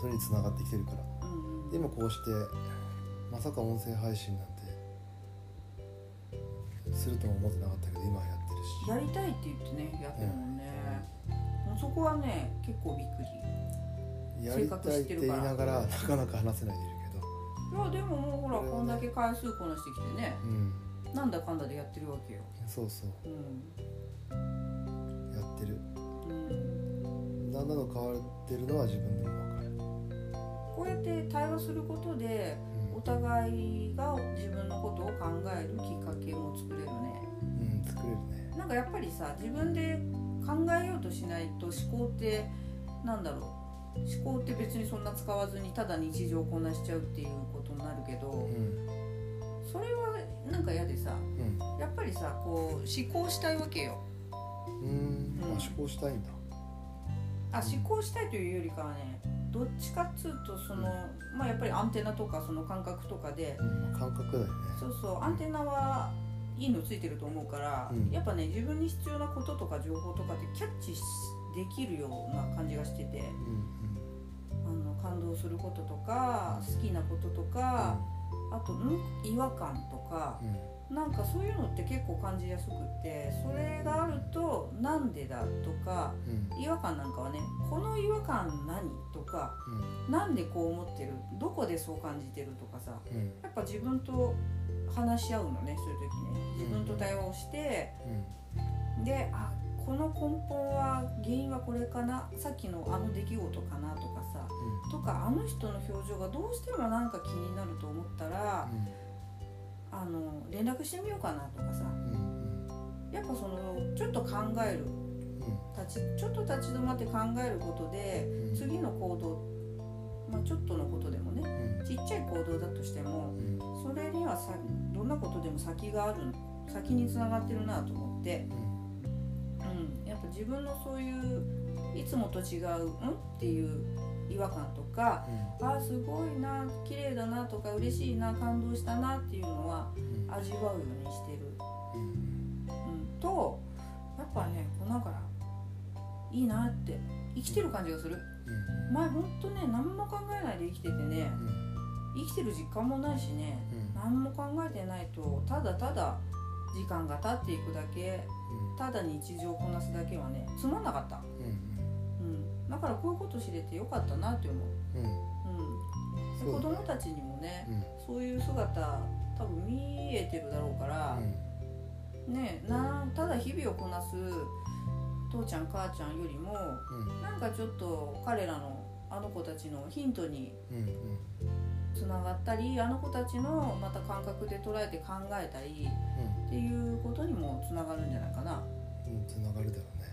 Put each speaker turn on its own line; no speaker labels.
それに繋がってきてるから
うん
で今こうしてまさか音声配信なんてするとも思ってなかったけど今やってるし
やりたいって言ってねやってるもんね、もうそこはね結構びっくり
やりたいって言いながらなかなか話せないでいるけど
いやでももうほら
これはね
こんだけ回数こなしてきてね
うん
なんだかんだでやってるわけよ、
そうそう
うん
やってる
うん、
だんだんと変わってるのは自分でも分かる、
こうやって対話することでお互いが自分のことを考えるきっかけも作れる
う
ね
ん、うん、作れるね
なんかやっぱりさ自分で考えようとしないと思考ってなんだろう思考って別にそんな使わずにただ日常をこなしちゃうっていうことになるけ
う
ど
ん
それはなんか嫌でさ
うん
やっぱりさこう思考したいわけよ
うーん、まあ、思考したいんだ
あ思考したいというよりかはねどっちかっつうとその、まあ、やっぱりアンテナとかその感覚とかで
うんまあ感覚だよね
そうそうアンテナはいいのついてると思うから、
うん
やっぱね自分に必要なこととか情報とかってキャッチしできるような感じがして
うんう
て
ん
あの感動することとか好きなこととか、あとん違和感とか
うん
なんかそういうのって結構感じやすくってそれがあると「なんでだ」とか
うん
違和感なんかはね「この違和感何?」とかなんでこう思ってるどこでそう感じてるとかさ
うんうん
やっぱ自分と話し合うのねそういう時ね自分と対話をしてであこの根本は原因はこれかなさっきのあの出来事かなとかさとかあの人の表情がどうしてもなんか気になると思ったらあの連絡してみようかなとか
う
さ
んうんうん
やっぱそのちょっと考える立ちちょっと立ち止まって考えることで
うんうん
次の行動、まあ、ちょっとのことでもね
うん
ちっちゃい行動だとしても
うん
それにはさどんなことでも先がある先につながってるなと思って、うん、やっぱ自分のそういういつもと違う「ん?」っていう違和感とか「あーすごいな綺麗だな」とか「嬉しいな感動したな」っていうのは
うん
味わうようにしてる、
うん
うん、とやっぱねこうなんかいいなって生きてる感じがする前ほんとね何も考えないで生きててね生きてる実感もないしね何も考えてないとただただ時間が経っていくだけただ日常をこなすだけはねつまんなかった、うん、だからこういうこと知れてよかったなって思う、うん、
そ
で
う
子
だね
供たちにもねそういう姿多分見えてるだろうから、ねなんただ日々をこなす父ちゃん母ちゃんよりもなんかちょっと彼らのあの子たちのヒントにつながったりあの子たちのまた感覚で捉えて考えたりっていうことにもつながるんじゃないかな。
つながるだろうね